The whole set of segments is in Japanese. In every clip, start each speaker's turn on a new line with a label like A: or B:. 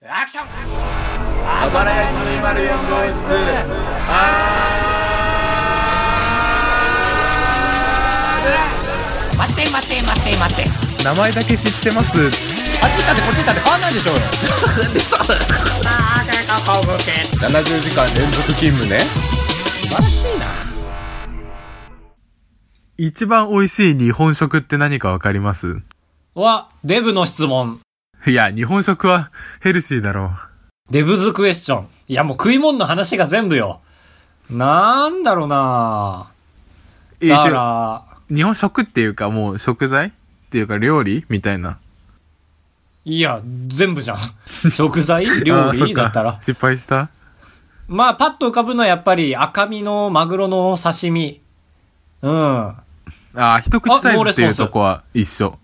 A: アクション
B: あばらや204号室
A: 待って待って待って待って
C: 名前だけ知ってます
A: あっち行ったってこっち行ったって変わんないでしょうよ
C: 70時間連続勤務ね
A: 素晴らしいな
C: 一番美味しい日本食って何かわかります
A: わデブの質問
C: いや日本食はヘルシーだろ
A: デブズクエスチョンいやもう食い物の話が全部よなんだろうな
C: うい
A: だ
C: や
A: か
C: 違
A: ら
C: う日本食っていうかもう食材っていうか料理みたいない
A: や全部じゃん 食 材料
C: あーそ
A: 理だったら
C: 失敗した
A: まあ、パッと浮かぶのはやっぱり赤身のマグロの刺身。うん。ノ
C: あー一口サイズっていうとこは一緒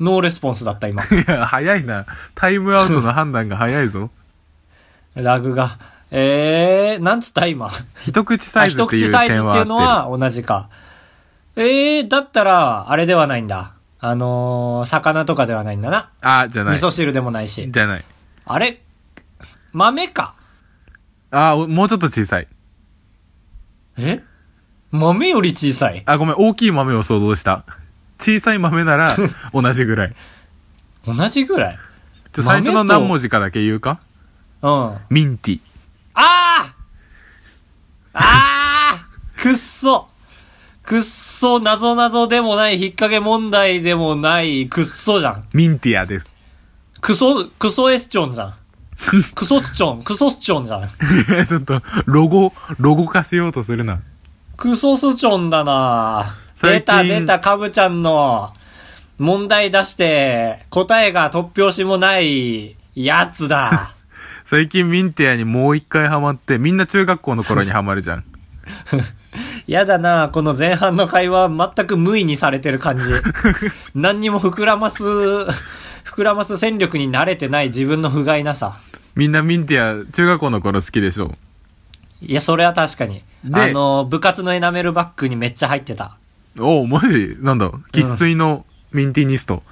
A: ーレスポンスだった、 今。
C: いや早いなタイムアウトの判断が早いぞ
A: ラグが。えー、なんつった今。
C: 一口サ
A: あ
C: イズ
A: 一
C: ってい
A: 口
C: う
A: サイズってい
C: 点
A: う
C: は合ってる
A: のは同じか。えー、だったら、あれではないんだ。あのー、魚とかではないんだな。
C: あじゃない
A: 味噌汁でもないし。
C: じゃない
A: あれ豆か。
C: あーおもうちょっと小さい
A: え豆より小さい。
C: あ、ごめん、大きい豆を想像した。小さい豆 なら同じぐらい。
A: 同じぐらい。
C: ちょ最初の
A: 豆と
C: 何文字かだけ言うか
A: うん。
C: ミンティ。
A: ああああくっそくっそ、なぞなぞでもない、引っ掛け問題でもない、くっそじゃん。
C: ミンティアです。
A: くそ、くそエスチョンじゃん。くそスチョン、くそスチョンじゃん。
C: ちょっと、ロゴ、ロゴ化しようとするな。
A: くそスチョンだな出
C: 最
A: た
C: 近
A: 出た、かぶちゃんの問題出して、答えが突拍子もないやつ だ。
C: 最近ミンティアにもう一回ハマって、みんな中学校の頃にハマるじ ゃん。
A: やだなこの前半の会話、全く無意にされてる 感じ。何にも膨らます、膨らます戦力に慣れてない自分の不甲斐なさ。
C: みんなミンティア、中学校の頃好きでしょ。
A: いや、それは確かに。
C: で
A: あの、部活のエナメルバッグにめっちゃ入ってた。
C: おう、マジなんだ喫水のミンティニスト。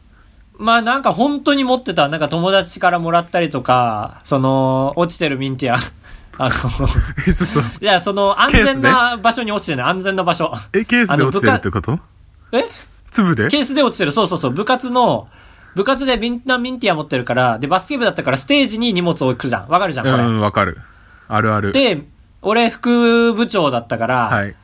A: まあなんか本当に持ってた。なんか友達からもらったりとか、その、落ちてるミンティア。 あの、
C: え、ちょっと、
A: いや、その、安全な場所に落ちてない。安全な場所。
C: え、ケースで落ちて
A: あ
C: る
A: の
C: ってこと
A: え
C: 粒で
A: ケースで落ちてる。そうそうそう。部活の、部活でみんなミンティア持ってるから、で、バスケ部だったからステージに荷物を置くじゃん。わかるじゃん、こ
C: う
A: れ。
C: ん、わかる。あるある。
A: で、俺副部長だったから、
C: はい。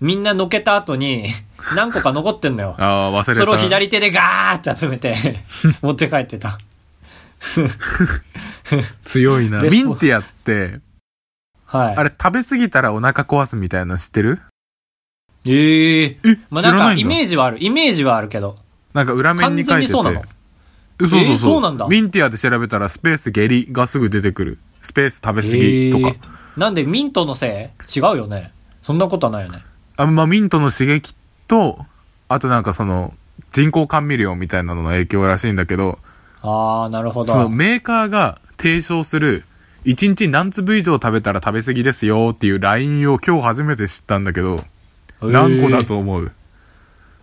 A: みんなのけた後 に、何個か残ってんのよ。
C: ああ、忘れた。
A: それを左手でガーって集め て、持って帰ってた。
C: 強いな。
A: で
C: ミンティアって、
A: はい。
C: あれ食べ過ぎたらお腹壊すみたいなの知ってる
A: ええ
C: え
A: まあなん
C: 知ら
A: か、
C: ないんだ
A: イメージはある。イメージはあるけど。
C: なんか裏面に書いてて。
A: 完全にそうなの
C: えそうそう
A: えーそうなんだ
C: ミンティアで調べたらスペース下痢がすぐ出てくる。スペース食べ過ぎとか。
A: ええなんで、ミントのせい違うよね。そんなことはないよね。
C: あまあミントの刺激と、あとなんかその人工甘味料みたいなのの影響らしいんだけど、
A: あー、なるほど。
C: そのメーカーが提唱する1日何粒以上食べたら食べ過ぎですよっていうラインを今日初めて知ったんだけど、何個だと思う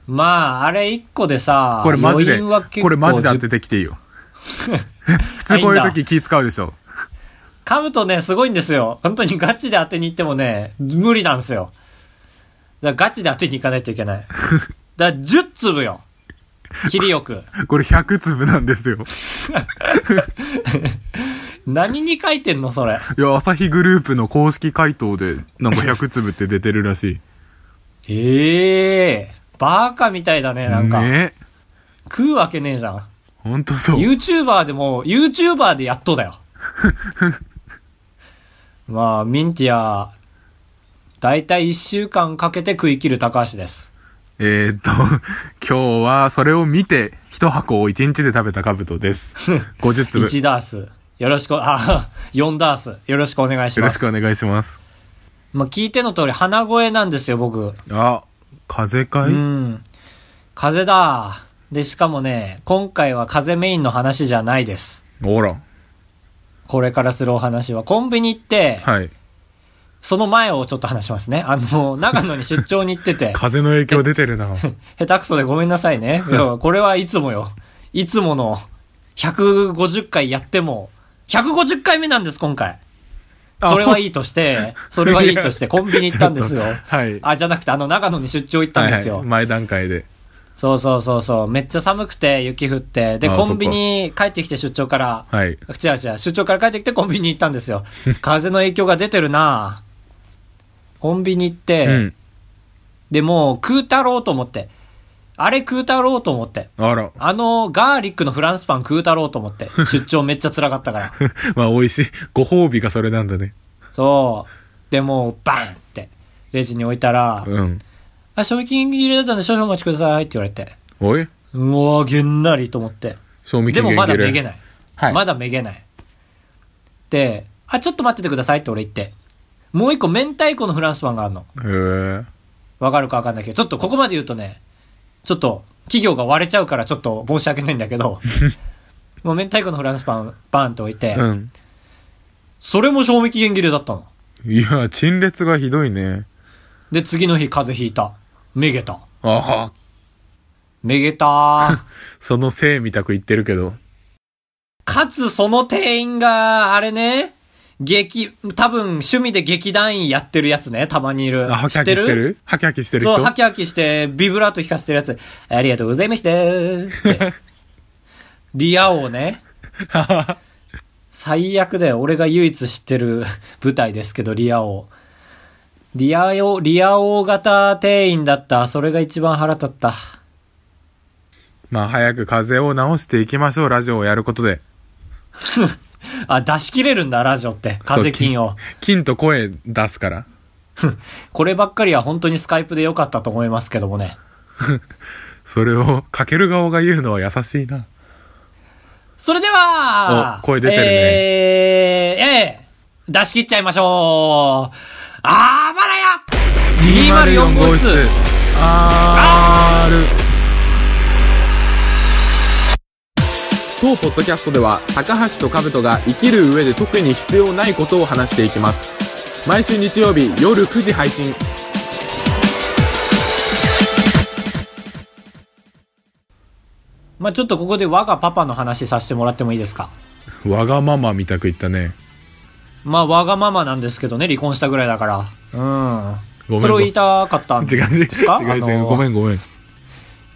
A: まあ、あれ一個でさ、
C: これマジで
A: 余韻は結、構
C: これマジで当ててきてい いよ。普通こういう時気使うでしょ。
A: 噛むとね、すごいんですよ。本当にガチで当てに行ってもね、無理なんですよ。だからガチで当てに行かないといけ ない。だから10粒よ。切りよく。
C: これ100粒なんですよ。
A: 何に書いてんのそれ。
C: いや、朝日グループの公式回答で、なんか100粒って出てるらし
A: ええバカみたいだね、
C: い。
A: なんか。
C: ねえ。
A: 食うわけねえじゃん。
C: ほんとそう。
A: YouTuber でも、YouTuber でやっと だよ。まあ、ミンティア、だいたい1週間かけて食い切る高橋です。
C: えー、っと、今日はそれを見て、一箱を1日で食べたカブト です。50粒。よ
A: 1ダース。よろしく、あ、4ダー ス。よろしくお願いし
C: ろ
A: ま
C: し
A: す。
C: くお願いします。
A: まあ、聞いての通り、鼻声なんですよ、僕。
C: あ、風
A: う
C: 邪かい
A: ん。風邪だ。で、しかもね、今回は風邪メインの話じゃないです。
C: ほら。
A: これからするお話は。コンビニ行って、
C: はい。
A: その前をちょっと話しますね。あの、長野に出張に行って て、
C: 風邪の影響出て るな。
A: 下手くそでごめんなさいね。いやこれはいつもよ。いつもの、150回やっても、 150回目なんです、今回。
C: あ
A: それはいいと して、それはいいとして、コンビニ行ったんですよ。
C: ちょっとはい
A: あ、じゃなくて、あの、長野に出張行ったんですよ。
C: はいはい前段階で。
A: そうそうそうそう。めっちゃ寒くて、雪降って。で、
C: あ
A: コンビニ帰ってきて出張から。
C: はい
A: 違う違う。出張から帰ってきてコンビニ行ったんです よ。風の影響が出てるなコンビニ行って、
C: うん。
A: で、もう食うたろうと思って。あれ食うたろうと思って。
C: あら。
A: あの、ガーリックのフランスパン食うたろうと思って。出張めっちゃ辛かったから。
C: まあ、美味しい。ご褒美がそれなんだね。
A: そう。で、もう、バンって、レジに置いたら、
C: うん。
A: あ、賞味期限切れだったんで少々お待ちくださいって言われて。
C: おいう
A: わげんなりと思って。
C: 賞味期
A: で
C: 限
A: もまだ
C: 切
A: めげない。
C: はい
A: まだめげない。で、あ、ちょっと待っててくださいって俺言って。もう一個明太子のフランスパンがあるの。
C: へえ。
A: わかるかわかんないけど、ちょっとここまで言うとね、ちょっと企業が割れちゃうからちょっと申し訳ないんだけ ど、もう明太子のフランスパン、バンって置いて、
C: うん。
A: それも賞味期限切れだったの。
C: いや、陳列がひどいね。
A: で、次の日風邪ひいた。めげた。
C: ああ、
A: めげた ー。
C: そのせいみたく言ってるけど。
A: かつその店員が、あれね、劇、多分趣味で劇団員やってるやつね、たまにいる。
C: あ、ハキハキしてるハキハキしてる人
A: そう、ハキハキして、ビブラート弾かせてるやつ、ありがとうございましたーって。リアをね、最悪だよ。俺が唯一知ってる舞台ですけど、リア王。リア王、リア王型店員だった。それが一番腹立った。
C: まあ、早く風邪を治していきましょう、ラジオをやることで。
A: あ、出し切れるんだ、ラジオって。風金を
C: そう。。金金と声出すから。
A: こればっかりは本当にスカイプで良かったと思いますけどもね。
C: それを、かける顔が言うのは優しいな。
A: それでは
C: お声出てるね
A: えー、えー出し切っちゃいましょうあばらや204号室
C: R 当ポッドキャストでは高橋と兜が生きる上で特に必要ないことを話していきます毎週日曜日夜9時配信
A: まあちょっとここで我がパパの話させてもらってもいいですか
C: わがままみたく言ったね
A: まあわがままなんですけどね、離婚したぐらいだから。
C: ご
A: う
C: めん
A: ん。それを言いたかったん
C: 違う違う違
A: ですか
C: う違うごめ
A: ん。
C: んごめん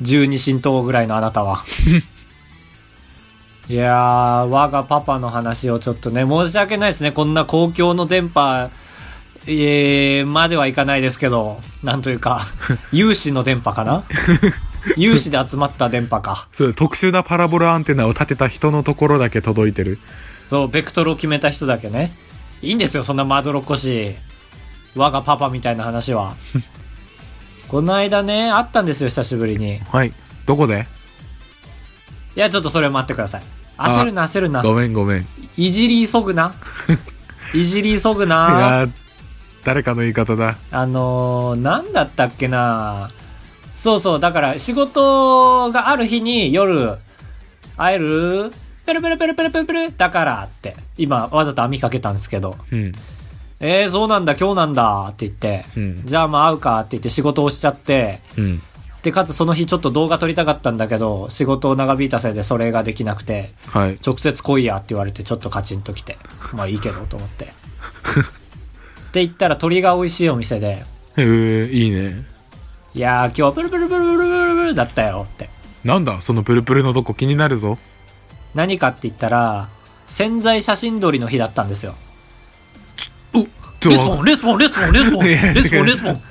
A: 十二神童ぐらいのあなたは。いやー、我がパパの話をちょっとね、申し訳ないですね。こんな公共の電波、えー、まではいかないですけど、なんというか、有志の電波かな有志で集まった電波か。
C: そう特殊なパラボラアンテナを立てた人のところだけ届いてる
A: そう、ベクトルを決めた人だけね。いいんですよ、そんなまどろっこしい。我がパパみたいな話は。この間ね、あったんですよ、久しぶりに。い
C: はいどこで
A: や、ちょっとそれ待ってください。焦るな、焦るな。
C: ごめんごめんい
A: いじり急ぐ な。いじり急ぐな。
C: やー誰かの言い方だ
A: あのー、なんだったっけな。そうそう、だから仕事がある日に夜、会えるペルペルペルペルペルペルだからって、今わざと網かけたんですけど。
C: うん
A: えー、そうなんだ、今日なんだって言って、
C: うん
A: じゃあまあ会うかって言って仕事をしちゃって、
C: うん
A: で、かつその日ちょっと動画撮りたかったんだけど、仕事を長引いたせいでそれができなくて、
C: はい
A: 直接来いやって言われてちょっとカチンと来て、まあいいけどと思って。 って言ったら鳥が美味しいお店で、
C: へえいいね
A: いやー今日プルプルプルプルプルプルだったよって。
C: なんだそのプルプルのとこ気になるぞ
A: 何かって言ったら、潜在写真撮りの日だったんですよ。
C: おち
A: レスポ
C: ょ
A: ン、レスポン、レスポン、レスポン、
C: いや
A: レスポン、レスポン。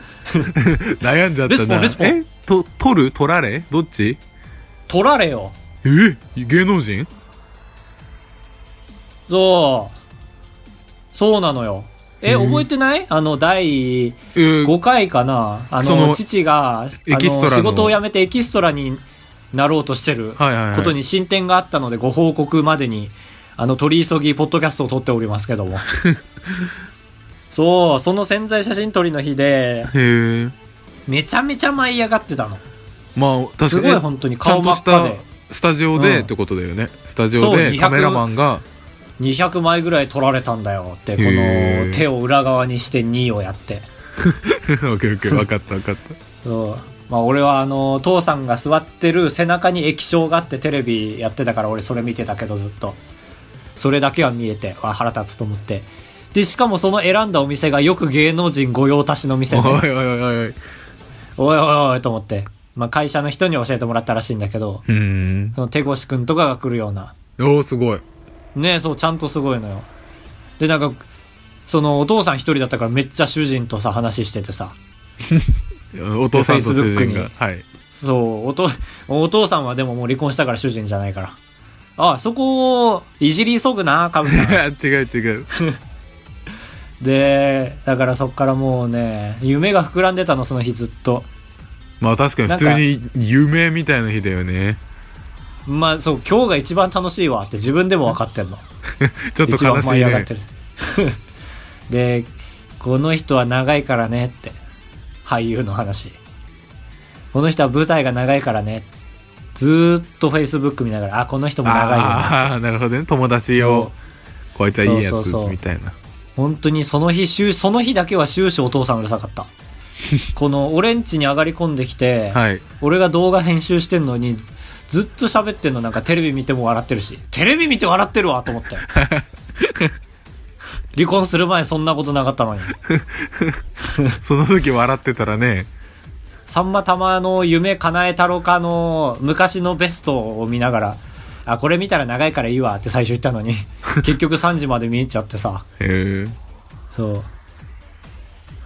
C: 悩んじゃったな
A: レスポンレ
C: えと取る取られどっち
A: 撮られよ。
C: え芸能人
A: そう。そうなのよ。え、
C: うん
A: 覚えてないあの、第
C: えー
A: 5回かなあ
C: そ
A: の、
C: の
A: 父が、あ
C: エキストラの
A: 仕事を辞めてエキストラになろうとしてる
C: はいはいはい
A: ことに進展があったので、ご報告までに、あの、取り急ぎ、ポッドキャストを撮っておりますけど も。そう、その潜在写真撮りの日で、
C: へえ
A: めちゃめちゃ舞い上がってたの。
C: まあ確かに
A: すごい本当に顔真っ赤
C: ちゃん
A: で
C: としたスタジオでってことだよね、スタジオ
A: そ
C: で
A: う
C: カメラマンが
A: 200枚ぐらい撮られたんだよって、こ
C: へー
A: の手を裏側にして2をやって。
C: オッケーオッケー分かった分かった
A: そう。まあ俺はあの、父さんが座ってる背中に液晶があってテレビやってたから俺それ見てたけどずっと。それだけは見えて、わ、腹立つと思って。で、しかもその選んだお店がよく芸能人御用達の店で、
C: お
A: おい
C: いおいおいおい。う
A: おいおいと思って、まあ会社の人に教えてもらったらしいんだけど、
C: ーん。
A: その手越くんとかが来るような、
C: おー、すごい。
A: ねそう、ちゃんとすごいのよ。で、なんか、そのお父さん一人だったからめっちゃ主人とさ、話しててさ、
C: お父さんと主人
A: Facebook に
C: が。はい。
A: そう、おと、お父さんはでももう離婚したから主人じゃないから。あ、そこをいじり急ぐな、かぶちゃん。
C: 違う違う。
A: で、だからそっからもうね、夢が膨らんでたの、その日ずっと。
C: まあ確かに普通に夢みたいな日だよね。
A: まあそう、今日が一番楽しいわって自分でも分かってんの。
C: ちょっと
A: 一番
C: 悲しい
A: 舞い上がっ
C: ね
A: て。る。 で、この人は長いからねって。俳優の話。この人は舞台が長いからね。ずーっと Facebook 見ながら、あ、この人も長いよね。
C: ああー、なるほどね。友達を、こいつはいいやつ
A: そうそうそう
C: みたいな。
A: 本当にその日、終その日だけは終始お父さんうるさか った。この俺ん家に上がり込んできて、
C: はい。
A: 俺が動画編集してんのに、ずっと喋ってんのなんかテレビ見ても笑ってるし、テレビ見て笑ってるわと思 って。離婚する前そんなことなかったのに。
C: その時笑ってたらね、
A: さんまたまの夢叶えたろかの昔のベストを見ながら、あ、これ見たら長いからいいわって最初言ったのに、結局3時まで見入っちゃってさ、
C: へえ。
A: そう。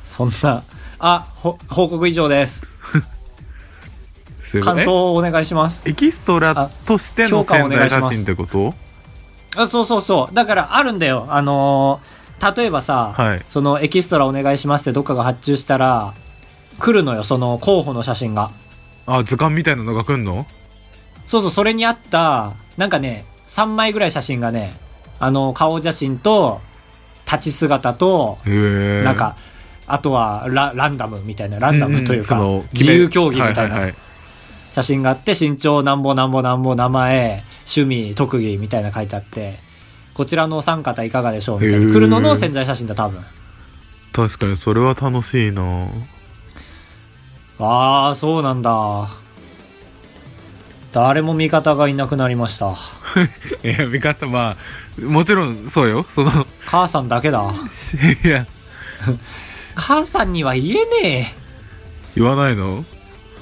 A: そんな、あ、ほ報告以上です。
C: すごい
A: 感想をお願いします。
C: えエキストラとしての
A: あ評価
C: 潜
A: お願
C: 在
A: いし
C: 写
A: ます
C: 真ってこと
A: あそうそうそう。だからあるんだよ。あのー例えばさ、
C: はい
A: そのエキストラお願いしますってどっかが発注したら、来るのよ、その候補の写真が。
C: あ、図鑑みたいなのが来んの
A: そうそう、それにあった、なんかね、3枚ぐらい写真がね、あの、顔写真と、立ち姿と、
C: へえ。
A: なんか、あとはラ、ランダムみたいな、ラ
C: うん
A: ン
C: うん、
A: ダムというか
C: その、
A: 自由競技みたい
C: はは
A: な
C: は
A: 写真があって、身長なんぼなんぼなんぼ、名前、趣味、特技みたいな書いてあって、こちらのお三方いかがでしょうみたい
C: へ
A: な。
C: ー
A: 来るのの潜在写真だ、多分。
C: 確かにそれは楽し いな
A: ああ、そうなんだ。誰も味方がいなくなりました。
C: いや、見方、まあ、もちろんそうよ。その、
A: 母さんだけだ。
C: しいや、
A: 母さんには言えねえ。
C: 言わないの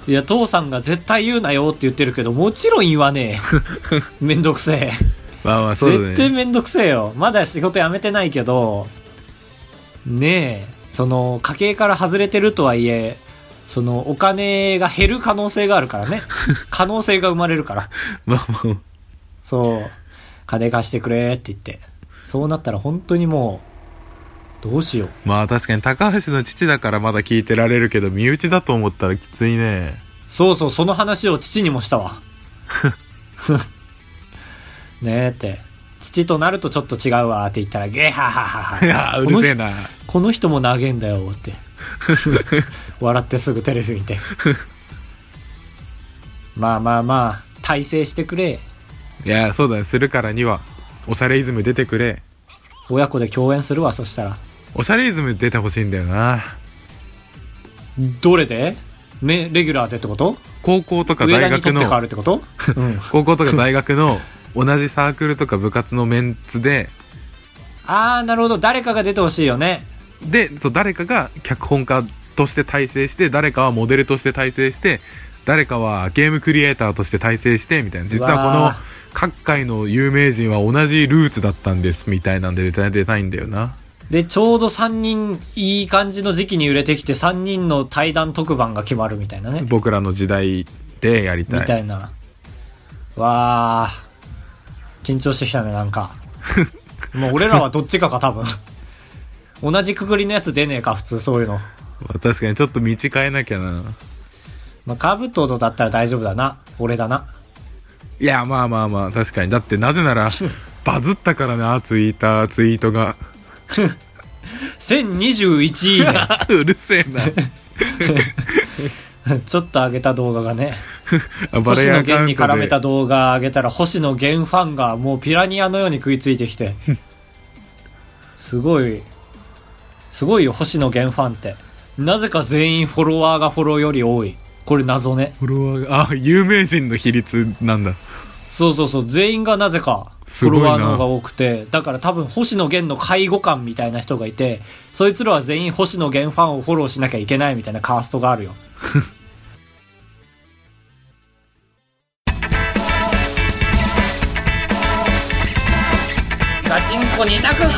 A: いや、父さんが絶対言うなよって言ってるけど、もちろん言わね え。めんどくせえ。
C: まあまあ、そうだね。
A: 絶対めんどくせえよ。まだ仕事辞めてないけど、ねえ、その、家計から外れてるとはいえ、その、お金が減る可能性があるからね。 可能性が生まれるから。
C: まあまあ、
A: そう、金貸してくれって言って。そうなったら本当にもう、どうしよう。
C: まあ確かに高橋の父だからまだ聞いてられるけど、身内だと思ったらきついね。
A: そうそう、その話を父にもした わ。ねえって。父となるとちょっと違うわって言ったら、ゲハハハハ。
C: いや、 うるせえな。
A: この人も長えんだよっ て。笑ってすぐテレビ見て。まあまあまあ、大成してくれ。
C: いや、そうだね。するからには、おしゃれイズム出てくれ。
A: 親子で共演するわ、そしたら。
C: おしゃれイズム出てほしいんだよな。
A: どれでめレギュラーでってこと
C: 高校とか
A: 上田
C: 大
A: に
C: 学
A: 取って変わる
C: の、
A: ってことうん。
C: 高校とか大学の、同じサークルとか部活のメンツで、
A: あー、なるほど。誰かが出てほしいよね。
C: で、そう、誰かが脚本家として体制して、誰かはモデルとして体制して、誰かはゲームクリエイターとして体制して、みたいな。実は
A: う
C: こ
A: わ
C: の、各界の有名人は同じルーツだったんです、みたいなんで出た出たいんだよな。
A: で、ちょうど3人、いい感じの時期に売れてきて、3人の対談特番が決まるみたいなね。
C: 僕らの時代でやり
A: み
C: たい。
A: たいな。わあ緊張してきたね、なんか。もう俺らはどっちかか、多分。同じくくりのやつ出ねえか、普通そういうの。
C: まあ確かにちょっと道変えなきゃな。
A: まあ、カブトだったら大丈夫だな。俺だな。
C: いや、まあまあまあ、確かに。だってなぜな ら、バズったからな、ツイーター、ツイートが。
A: 1021位 ね。
C: うるせえな。
A: ちょっと上げた動画がね。
C: あバ
A: 星
C: レエ
A: 野
C: アカウ
A: 源
C: ン
A: に
C: ト
A: 絡め
C: で
A: た動画上げたら星野源ファンがもうピラニアのように食いついてき てすごいすごいよ星野源ファンってなぜか全員フォロワーがフォローより多いこれ謎ね
C: フォロワーが、あ、有名人の比率なんだ。
A: そうそうそう、全員がなぜか、
C: す
A: フォ
C: ごい
A: ロ
C: な
A: ワーの方が多くて、だから多分星野源の介護官みたいな人がいて、そいつらは全員星野源ファンをフォローしなきゃいけないみたいなカーストがあるよ。
B: ガチンコ二択クラブ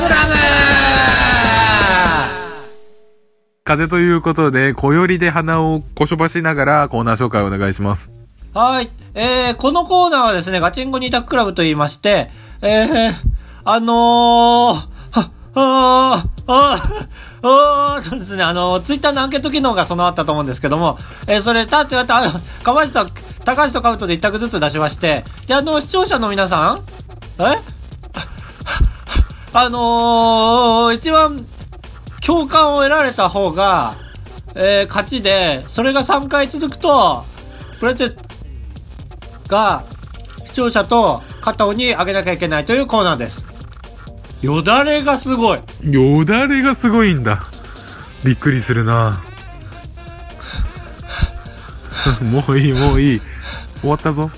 C: 風ということで、小よりで鼻をこしょばしながらコーナー紹介お願いします。
A: はい。えー、このコーナーはですね、ガチンコ二択クラブと言いまして、えー、あのー、は、あー、あー、あー、そうですね、あのー、ツイッターのアンケート機能が備わったと思うんですけども、えー、それ、たってやった、あの川下、高橋とカブトで一択ずつ出しまして、で、あの、視聴者の皆さん、え あのー、一番、共感を得られた方が、えー、勝ちで、それが3回続くと、プレゼントが、視聴者と肩をにあげなきゃいけないというコーナーです。よだれがすごい。
C: よだれがすごいんだ。びっくりするな もういい、もういい。終わったぞ。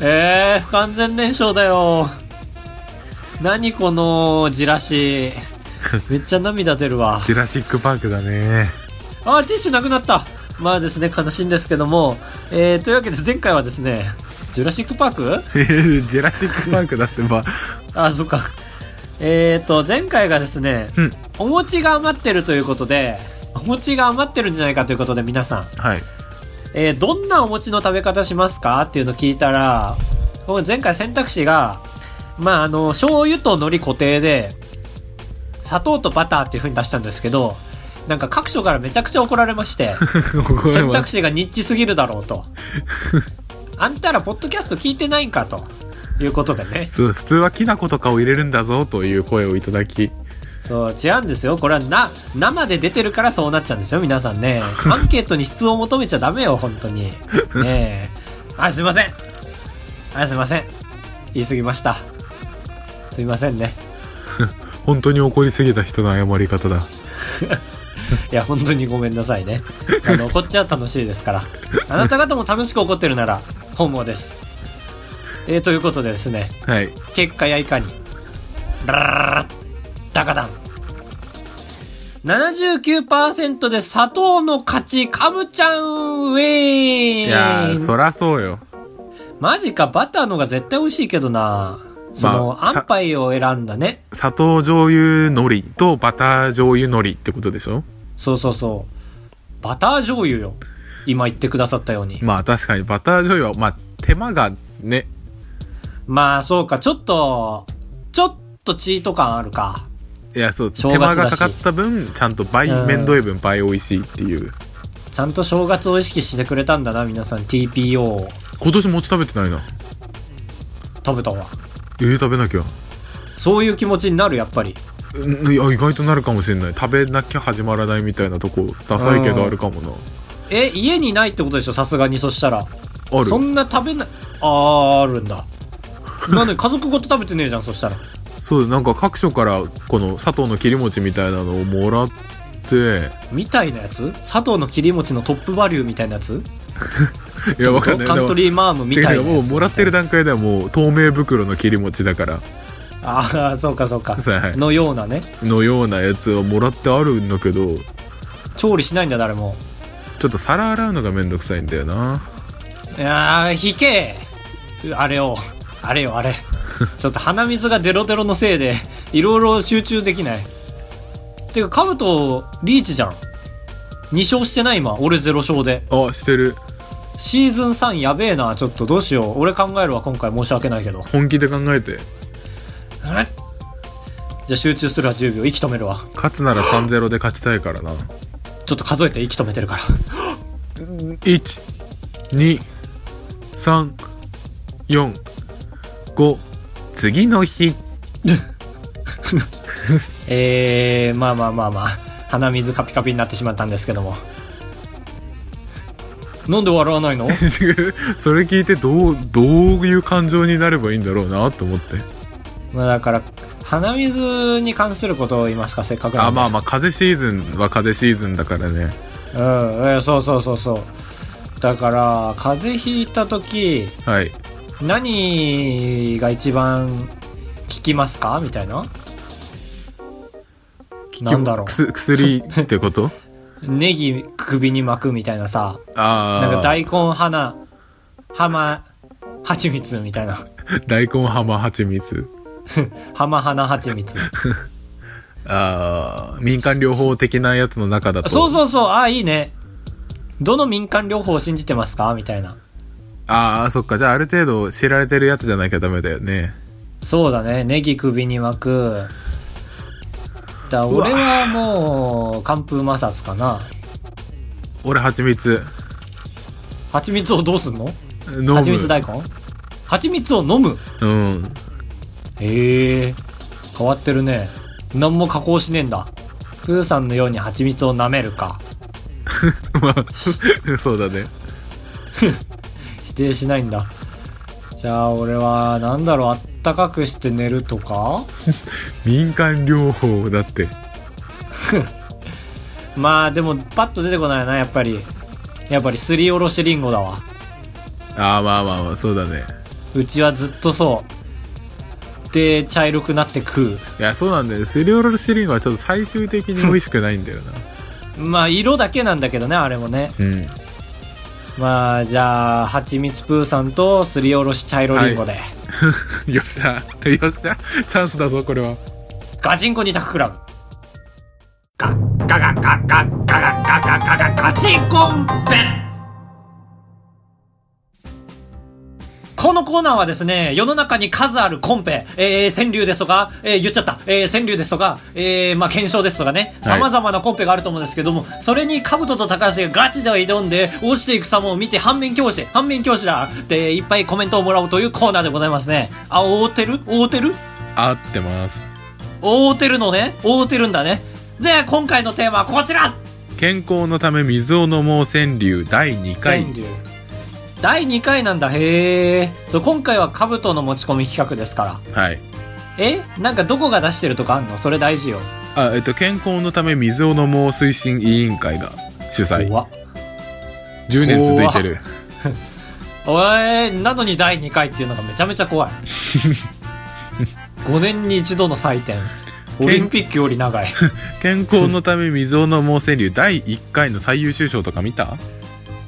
A: えー、不完全燃焼だよ。何この、じら し。めっちゃ涙出るわ。
C: ジュラシックパークだね。
A: あー、ティッシュなくなった。まあですね、悲しいんですけども。えー、というわけで前回はですね、ジュラシックパーク
C: えージュラシックパークだってば。
A: あ、そっか。えーと、前回がですね、
C: うん。
A: お餅が余ってるということで、お餅が余ってるんじゃないかということで皆さん、
C: はい。
A: えーどんなお餅の食べ方しますかっていうのを聞いたら、これ前回選択肢が、まあ、あの、醤油と海苔固定で、砂糖とバターっていう風に出したんですけど、なんか各所からめちゃくちゃ怒られまして、選択肢がニッチすぎるだろうと。あんたらポッドキャスト聞いてないんかと。いうことでね。
C: そう、普通はきな粉とかを入れるんだぞという声をいただき。
A: そう、違うんですよ。これはな、生で出てるからそうなっちゃうんですよ、皆さんね。アンケートに質を求めちゃダメよ、本当に。ねえ。あ、すいません。あ、すいません。言い過ぎました。すいませんね。
C: 本当に怒りすぎた人の謝り方だ。
A: いや、本当にごめんなさいね。あの、こっちは楽しいですから。あなた方も楽しく怒ってるなら、本望です。えー、ということでですね、
C: はい。
A: 結果やいかに。ラララララダカダン。79%で砂糖の勝ち、カブちゃんウェイ
C: いやー、そらそうよ。
A: マジか、バターのが絶対美味しいけどな。その、
C: まあさ
A: 安牌を選んだね。
C: 砂糖醤油海苔とバター醤油海苔ってことでしょ
A: そうそうそう。バター醤油よ。今言ってくださったように。
C: まあ確かにバター醤油は、まあ手間がね、
A: まあ、そうか、ちょっと、ちょっとチート感あるか。
C: いやそう、
A: 正
C: 手
A: 月だし
C: 間がかかった分、ちゃんと倍、
A: うん
C: めんどい分倍美味しいっていう。
A: ちゃんと正月を意識してくれたんだな、皆さん。TPO を
C: 今年餅食べてないな。
A: 食べたわ。
C: えー、食べなきゃ。
A: そういう気持ちになる、やっぱり。
C: うんいや、意外となるかもしれない。食べなきゃ始まらないみたいなとこ、ダサいけどあるかもな。
A: え、家にないってことでしょさすがに、そしたら。
C: ある
A: そんな食べな、あー、あるんだ。なんで家族ごと食べてねえじゃん、そしたら。
C: そう、なんか各所から、この砂糖の切り餅みたいなのをもらって、
A: みたいなやつ佐藤の切り餅のトップバリューみたいなやつ
C: いや、わかんない。
A: カントリーマームみ
C: 違
A: たいなや
C: う
A: つ。
C: もうもらってる段階ではもう透明袋の切り餅だから
A: ああ、そうかそうか。
C: そうはい
A: のようなね。
C: のようなやつをもらってあるんだけど
A: 調理しないんだ、誰も。
C: ちょっと皿洗うのがめんどくさいんだよない
A: やー、ひけえあれを。あれよ、あれ。ちょっと鼻水がデロデロのせいで、いろいろ集中できない。てか、カブト、リーチじゃん。2勝してない今、俺0勝で。
C: あしてる
A: シーズン3やべえな、ちょっとどうしよう。俺考えるわ、今回申し訳ないけど。うん
C: 本気で考えて
A: じゃあ集中するわ、10秒。息止めるわ。
C: 勝つなら3 0で勝ちたいからな
A: ちょっと数えて息止めてるから。
C: 1234次の日
A: えー、まあまあまあまあ。鼻水カピカピになってしまったんですけども。なんで笑わないの
C: それ聞いてどうどういう感情になればいいんだろうなと思って
A: まあだから、鼻水に関することを言いますか、せっかく
C: あ
A: なんで
C: まあまあ風邪シーズンは風邪シーズンだからね
A: うん、えーそうそうそうそう。だから、風邪ひいたとき、
C: はい
A: 何が一番効きますかみたいな。なんだろ
C: くす薬ってこと
A: う。ネギ首に巻くみたいなさ。
C: ああ。
A: なんか大根花、浜、蜂蜜みたいな。
C: 大根浜蜂蜜。
A: 浜花蜂 蜜。
C: ああ、民間療法的なやつの中だと。
A: そうそうそう、ああ、いいね。どの民間療法を信じてますかみたいな。
C: ああ、そっか。じゃあある程度知られてるやつじゃなきゃダメだよね。
A: そうだね。ネギ首に巻く。だ
C: うわ
A: 俺はもう、寒風摩擦かな。
C: 俺蜂蜜。
A: 蜂蜜をどうすんの
C: 飲む。
A: 蜂蜜大根蜂蜜を飲む
C: うん。
A: へえ変わってるね何も加工しねえんだプーさんのように蜂蜜を舐めるか
C: まあ、そうだね。
A: 否定しないんだじゃあ俺はなんだろうあったかくして寝るとか
C: 民間療法だって。
A: まあでもパッと出てこないなやっぱりやっぱりすりおろしりんごだわ
C: ああ、まあまあまあ、そうだね。
A: うちはずっとそうで茶色くなって食
C: いや、そうなんだよ。すりおろしリンゴはちょっと最終的に美味しくないんだよな。
A: うまあ色だけなんだけどねあれもね
C: うん。
A: まあじゃあ蜂蜜プーさんとすりおろし茶色りんごで、
C: よっしゃ。よっしゃ。チャンスだぞ、これは。
A: ガチンコ二択クラブ。ガガガガガガガガガガガガチンコンペこのコーナーはですね、世の中に数あるコンペ、えー、川柳ですとか、えー、言っちゃった、えー、川柳ですとか、えー、まあ、検証ですとかね、
C: はい
A: 様々なコンペがあると思うんですけども、それに兜と高橋がガチで挑んで、落ちていく様を見て反面教師、反面教師だっていっぱいコメントをもらおうというコーナーでございますね。あ、覆ってる覆ってる
C: 合ってます。
A: 覆ってるのね覆ってるんだねじゃあ今回のテーマはこちら
C: 健康のため水を飲もう川柳第2回。
A: 第2回なんだへえ今回は兜の持ち込み企画ですから
C: はい。
A: えなんかどこが出してるとかあんのそれ大事よ
C: あ、えっと、健康のため水を飲もう推進委員会が主催。
A: 怖っ
C: 10年続いてる。
A: おえー、なのに第2回っていうのがめちゃめちゃ怖い5年に一度の祭典オリンピックより長い
C: 健康のため水を飲もう川柳第1回の最優秀賞とか見た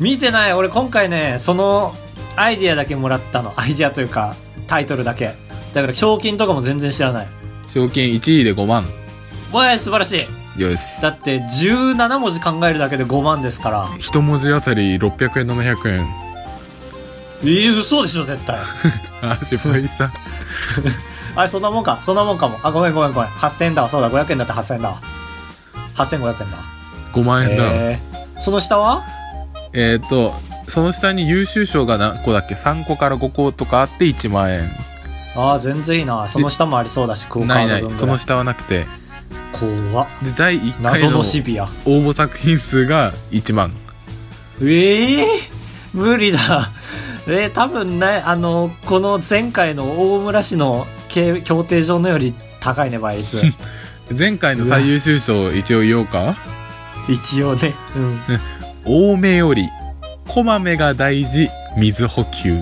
A: 見てない俺今回ねそのアイディアだけもらったのアイディアというかタイトルだけだから賞金とかも全然知らない
C: 賞金1位で5万。
A: わえ素晴らしい
C: よし。
A: だって17文字考えるだけで5万ですから
C: 一文字あたり600円、700円。
A: えー、嘘でしょ絶 対
C: あ、失敗した。
A: あれそんなもんかそんなもんかもあごめんごめんごめん8000円だわそうだ500円だった8000円だわ8500円だわ
C: 5万円だ。
A: えー、その下は
C: えーっ、と、その下に優秀賞が何個だっけ ?3 個から5個とかあって1万円。
A: ああ全然いいなその下もありそうだしクオカ
C: ない
A: ード
C: な
A: 分ぐら
C: い。
A: い
C: その下はなくて。
A: 怖っ
C: で、第1回
A: 謎
C: の応
A: のシビア
C: 募作品数が1万。
A: ええー、無理だ えー、多分ねあのこの前回の大村市の競競艇場のより高いね倍 率
C: 前回の最優秀賞一応言おうか
A: 一応ねうん
C: 多めより、こまめが大事、水補給。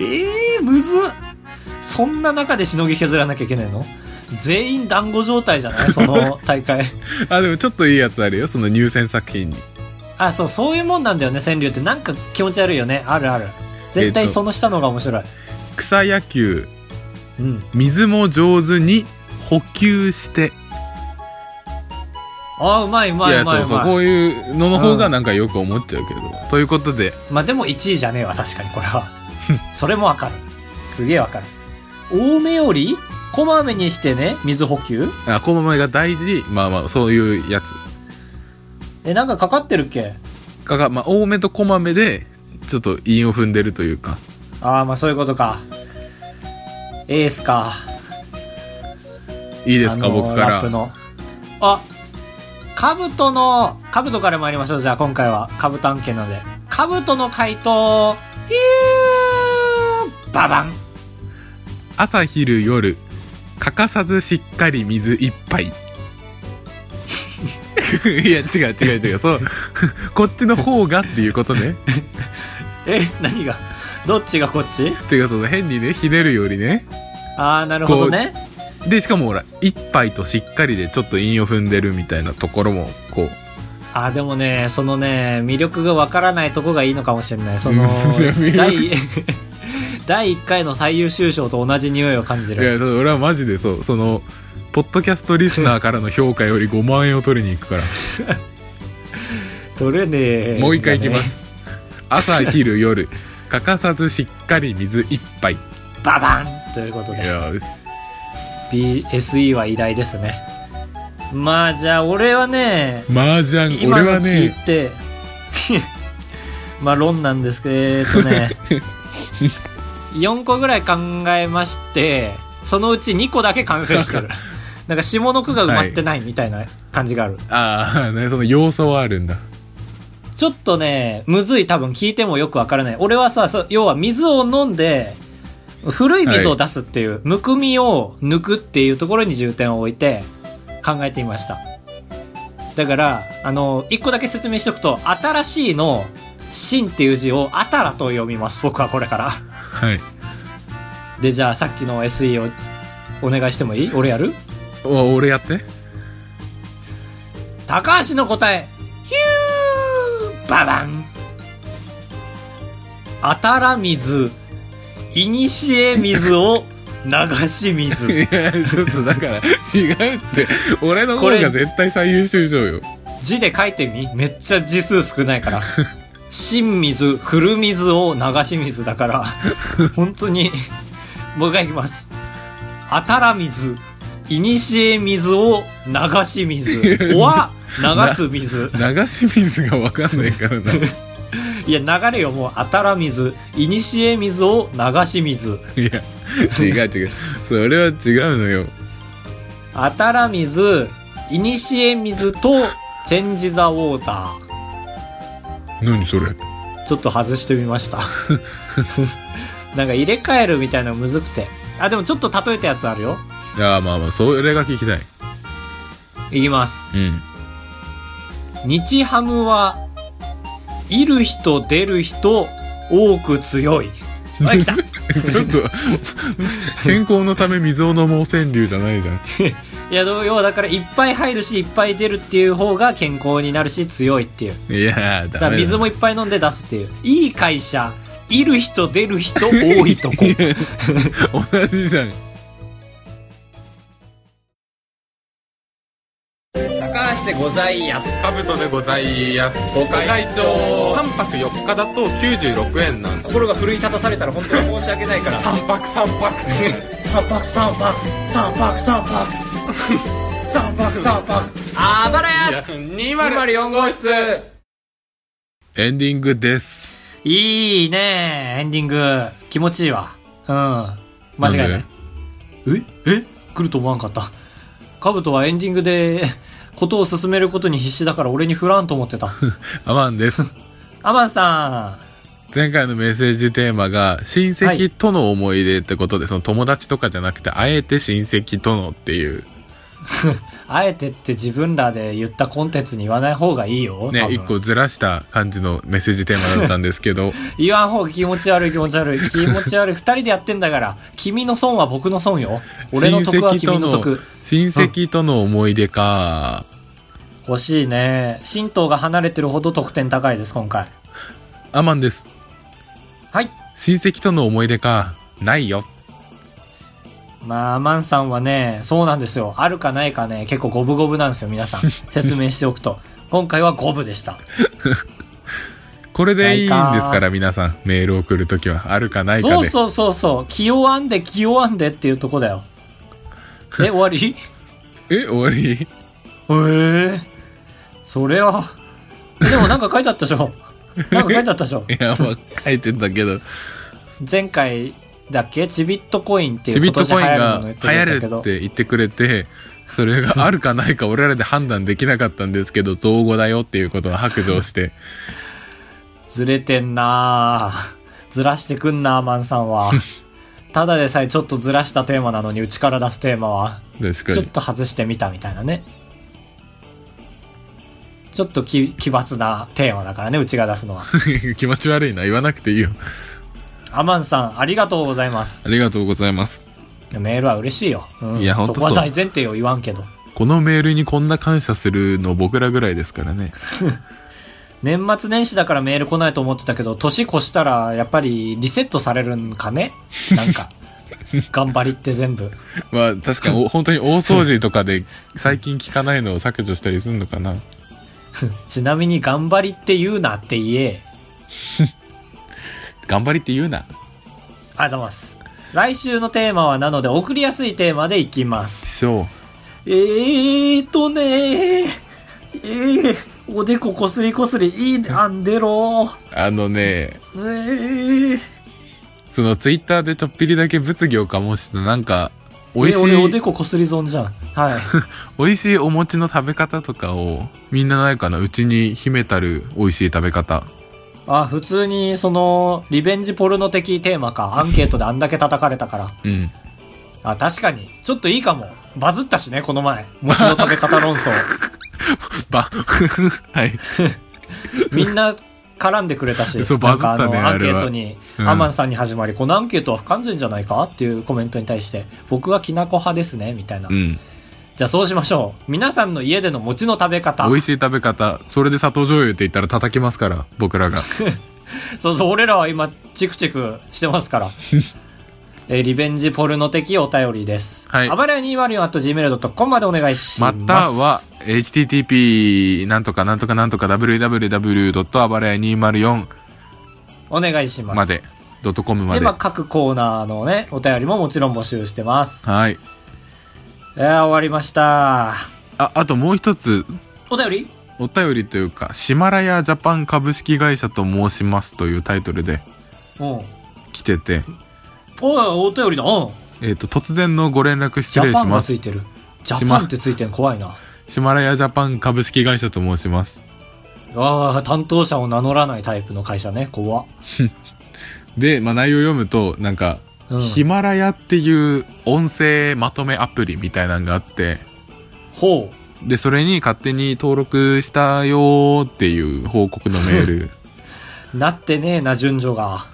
A: ええー、むずっそんな中でしのぎ削らなきゃいけないの全員団子状態じゃないそ の大会
C: あ、でもちょっといいやつあるよ、その入選作品に。
A: あそうそういうもんなんだよね川柳ってなんか気持ち悪いよねあるある絶
C: え
A: 対
C: っと
A: その下の方が面白い、
C: 草野球、
A: うん
C: 水も上手に補給して。
A: あーうまいうま
C: い
A: いう
C: や、
A: ま
C: そ
A: いうう
C: そう、
A: まい
C: こういうのの方がなんかよく思っちゃうけど。ということで、
A: まあでも1位じゃねえわ確かにこれ はそれもわかるすげえわかる多めよりこまめにしてね水補給
C: あ、こまめが大事、まあまあ、そういうやつ。
A: えなんかかかってるっけ
C: がが、まあ、多めとこまめで、ちょっと韻を踏んでるというか。
A: ああまあそういうことかエースか
C: いいですか、
A: あのー
C: 僕か
A: ラップ
C: ら。
A: のあカブトのカブトから参りましょうじゃあ今回はカブト案件なのでカブトの回答ヒューババン
C: 朝、昼、夜、欠かさずしっかり水一杯。 いや違う違う違うそう こっちの方がっていうことね
A: え、何がどっちがこっち
C: 違うその変にねひねるよりね
A: ああ、なるほどね。
C: でしかもほら一杯としっかりでちょっと韻を踏んでるみたいなところもこう
A: あーでもね、そのね、魅力がわからないとこがいいのかもしれない。その
C: うんいや、
A: 第、 第1回の最優秀賞と同じ匂いを感じ
C: いや
A: る。
C: そう俺はマジでそうそのポッドキャストリスナーからの評価より5万円を取りに行くから
A: 取れねえ。
C: もう一回いきま。す 朝昼夜欠かさずしっかり水一杯い
A: ババンということで、
C: やよし
A: BSE は偉大ですね。まあじゃあ、俺はね、
C: 麻雀
A: 今
C: 俺
A: の
C: は
A: 聞い
C: ね
A: て、 まあ論なんですけど ね4個ぐらい考えましてそのうち2個だけ完成して るなんか下の句が埋まってないみたいな感じがある、
C: ああねその要素はあるんだ
A: ちょっとねむずい多分聞いてもよくわからない俺はさそ要は水を飲んで古い水を出すっていう、むくみを抜くっていうところに重点を置いて考えてみましただからあの1個だけ説明しておくと新しいの「新」っていう字を「あたら」と読みます僕はこれから
C: はい
A: でじゃあさっきの SE をお願いしてもいい俺やる
C: お俺やって
A: 高橋の答えヒューババンあたら水いにしえ水を流し
C: い
A: 水
C: やちょっとだから違うって俺の方が絶対最優秀賞よ
A: 字で書いてみめっちゃ字数少ないから新水古水を流し水だから本当にもう一回いきますあたら水いにしえ水を流し水おわ流す水
C: 流し水が分かんないからない
A: いや、流れよ、もう、あたら水、いにしえ水を流し水。
C: や違う違うそれは違うのよ
A: あたら水、いにしえ水と、チェンジザウォータ
C: 何それ
A: ー。ちょっと外してみました。 なんか入れ替えるみたいなのむずくて。あ、でもちょっと例えたやつあるよ。
C: ああまあまあそれが聞きたい
A: いきます。
C: うん
A: 日ハムは、いる人出る人、多く強い。あ、来た
C: ちょっと、健康のため水を飲もう川柳じゃないじゃん。
A: いや、要はだから、いっぱい入るし、いっぱい出るっていう方が健康になるし、強いっていう。
C: いやー、
A: だから水もいっぱい飲んで出すっていう。いい会社、いる人出る人多いと こ。
C: 同じじゃん。
A: 高橋でございやす。
C: カブトでございます。ご
A: 会長
C: 3泊4日だと96円なんで
A: 心が奮い立たされたら本当に申し訳ないから。三泊三泊。三泊三泊。三泊三 泊。三泊三泊。あばらや
C: す。204号室エンディングです。
A: いいねエンディング。気持ちいいわ。うん。間違いない。ええ来ると思わんかった。カブトはエンディングで、ことを進めることに必死だから俺に振らんと思って た。
C: アマンです。
A: アマンさん。
C: 前回のメッセージテーマが、親戚との思い出ってことで、その友達とかじゃなくて、あえて親戚とのっていう、
A: あえてって自分らで言ったコンテンツに言わない方がいいよ。多
C: ね、
A: 分
C: 一個ずらした感じのメッセージテーマだったんですけど、
A: 言わん方が気持ち悪い気持ち悪い。 気持ち悪い。二人でやってんだから。君の損は僕の損よ。 俺の得は君の得。
C: 親戚との思い出か、
A: 欲しいね。神道が離れてるほど得点高いです、今回。
C: アマンです
A: はい。
C: 親戚との思い出かないよ
A: まあ、アマンさんはね、そうなんですよ。あるかないかね、結構五分五分なんですよ、皆 さん。説明しておくと。今回は五分でした。
C: これでいいんです
A: な
C: か
A: いから
C: 皆さんメール送るときはあるかないかで
A: そうそうそうそう。気を編んで、気を編んでっていうとこだ よ。え、終わり
C: え終わり
A: へえそれはでもなんか書いてあったでしょなんか書いてあったでしょ
C: いやまあ書いてんだけど
A: 前回だっけチビットコインってい
C: ち
A: う
C: び
A: 今
C: っと
A: 年
C: コイン
A: 流行るも
C: が
A: の
C: 流
A: 言ってくれたけ
C: 行る
A: ど
C: って言ってくれてそれがあるかないか俺らで判断できなかったんですけど造語だよっていうことは白 状して
A: ずれてんなあずらしてくんなアマンさん はただでさえちょっとずらしたテーマなのにうちから出すテーマは
C: 確か
A: ちょっ
C: に
A: と外してみたみたいなねちょっとき奇抜なテーマだからね、うちが出す のは。
C: 気持ち悪いな。言わなくていいよ。
A: アマンさん、ありがとうございます。
C: ありがとうございます。
A: メールは嬉しいよ。うん、
C: いやほんと
A: そ
C: そう
A: こは大前提を言わんけど。
C: このメールにこんな感謝するの僕らぐらいですか らね。
A: 年末年始だからメール来ないと思ってたけど、年越したらやっぱりリセットされるんかねなんか。頑張りって全部。
C: まあ確か にお本当に大掃除とかで最近聞かないのを削除したりするのかな。
A: ちなみに頑張りって言うなって言え。
C: 頑張りって言うな。
A: ありがとうございます。来週のテーマはなので送りやすいテーマでいきます。
C: そう。
A: えーとねー。えー、おでここすりこすり、いいね、あんでろー。
C: あのね、
A: えー。
C: そのツイッターでちょっぴりだけ物議を醸してたなんか、美味
A: え、
C: し
A: 俺おで
C: い、
A: ここすり損じゃん。はい。
C: 美味しいお餅の食べ方とかを、みんなないかなうちに秘めたる美味しい食べ方。
A: あ、普通に、その、リベンジポルノ的テーマか。アンケートであんだけ叩かれたから。
C: うん。
A: あ、確かに。ちょっといいかも。バズったしね、この前。餅の食べ方論 争。
C: ば、 はい。
A: みんな絡んでくれたし。
C: そうバズったね
A: なんかの、ア
C: あ
A: ン
C: れ
A: ケ
C: は
A: ートに、
C: うん
A: アマンさんに始まり、このアンケートは不完全じゃないかっていうコメントに対して、僕はきなこ派ですね、みたいな。
C: うん。
A: じゃあそうしましょう。皆さんの家での餅の食べ方
C: 美。味しい食べ方。それで砂糖醤油って言ったら叩きますから、僕 らが。
A: そうそう、俺らは今、チクチクしてます から。えーリベンジポルノ的お便りです。
C: はい
A: あばれや 204.gmail.com までお願いしま。
C: ますたは、http なんとかなんとかなんとか www. あばれや204
A: お願いします。
C: まで、ドットコムま
A: で、
C: で。
A: まあ、各コーナーのね、お便りももちろん募集してます。
C: はい。
A: えー終わりました。
C: あ、あともう一つ、
A: お便り
C: お便りというか、シマラヤジャパン株式会社と申しますというタイトルで
A: うん。おい
C: 来てて、
A: お便りだ。うん。
C: えっ、と、突然のご連絡
A: ジ
C: 失
A: ャ
C: 礼
A: パ
C: し
A: ンが
C: ま
A: つ
C: す。
A: いてる。ジャパンってついてるの怖いな。
C: シマラヤジャパン株式会社と申します。
A: ああ、担当者を名乗らないタイプの会社ね。怖っ。
C: で、まあ、内容読むと、なんか、
A: うん。
C: ヒマラヤっていう音声まとめアプリみたいなのがあって、
A: ほ
C: で、それに勝手に登録したよーっていう報告のメ ール。
A: う。なってねえな、順序 が。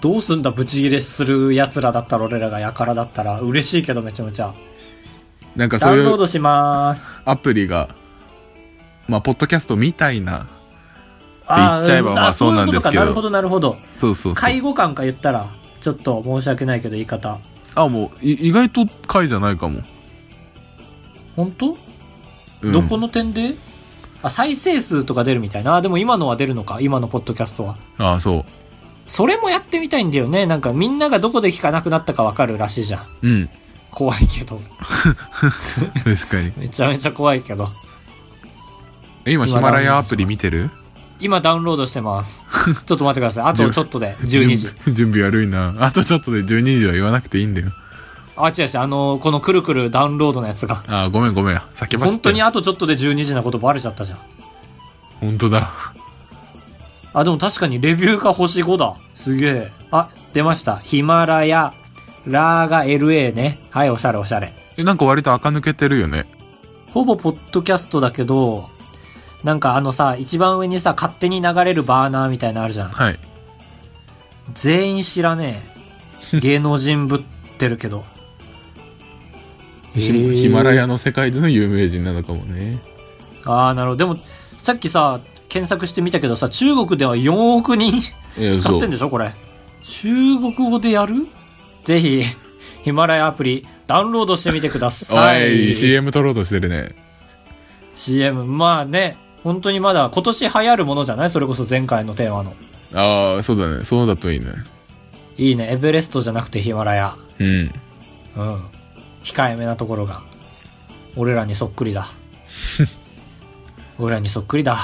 A: どうすんだ、ブチギレする奴らだったら俺らがやからだったら嬉しいけどめちゃめちゃ。
C: なんか
A: ダ
C: そう
A: ウン
C: い
A: ロー
C: う
A: ドします。
C: アプリが、まあ、ポッドキャストみたいな、
A: あー
C: 言っちゃえばまあ
A: あ
C: そうなんですけど
A: そういうことか、なるほど、なるほど。
C: そうそうそう。
A: 介護官か言ったら、ちょっと申し訳ないけど言い方。
C: あ、もう、い意外と会じゃないかも。
A: 本当、
C: うん
A: どこの点であ、再生数とか出るみたいな。あでも今のは出るのか、今のポッドキャストは。
C: あそ
A: それもやってみたいんだよね。なんかみんながどこで聞かなくなったかわかるらしいじゃん。
C: う。うん。
A: 怖いけど。
C: 確かに。
A: めちゃめちゃ怖いけど。
C: え今、ヒマラヤアプリ見てる
A: 今ダウンロードしてます。ちょっと待ってください。あとちょっとで、12時。
C: 準。準備 悪いな。あとちょっとで12時は言わなくていいんだよ。
A: あ、違う違う、あのーこのくるくるダウンロードのやつが。
C: あ、ごめんごめん。叫ばして。
A: 本当にあとちょっとで12時なことバレちゃったじゃん。
C: 本当だ。
A: あ、でも確かにレビューが星5だ。すげえ。あ、出ました。ヒマラヤ、ラーが LA ね。はい、おしゃれおしゃれ。
C: え、なんか割と垢抜けてるよね。
A: ほぼポッドキャストだけど、なんかあのさ、一番上にさ、勝手に流れるバーナーみたいなのあるじゃん。
C: はい。
A: 全員知らねえ。芸能人ぶってるけど。
C: ヒ
A: へえ
C: ヒマラヤの世界での有名人なのかもね。
A: ああ、なるほど。でも、さっきさ、検索してみたけどさ、中国では4億人
C: いや
A: 使ってんでしょこれ。中国語でやるぜひ、ヒマラヤアプリ、ダウンロードしてみてくだ
C: お
A: さ
C: い、
A: い。
C: CM 撮ろうとしてるね。
A: CM。まあね、本当にまだ今年流行るものじゃないそれこそ前回のテーマの。
C: ああ、そうだね。そうだといいね。
A: いいね。エベレストじゃなくてヒマラヤ。
C: うん。
A: うん。控えめなとこ ろが。俺らにそっくりだ。俺らにそっくりだ。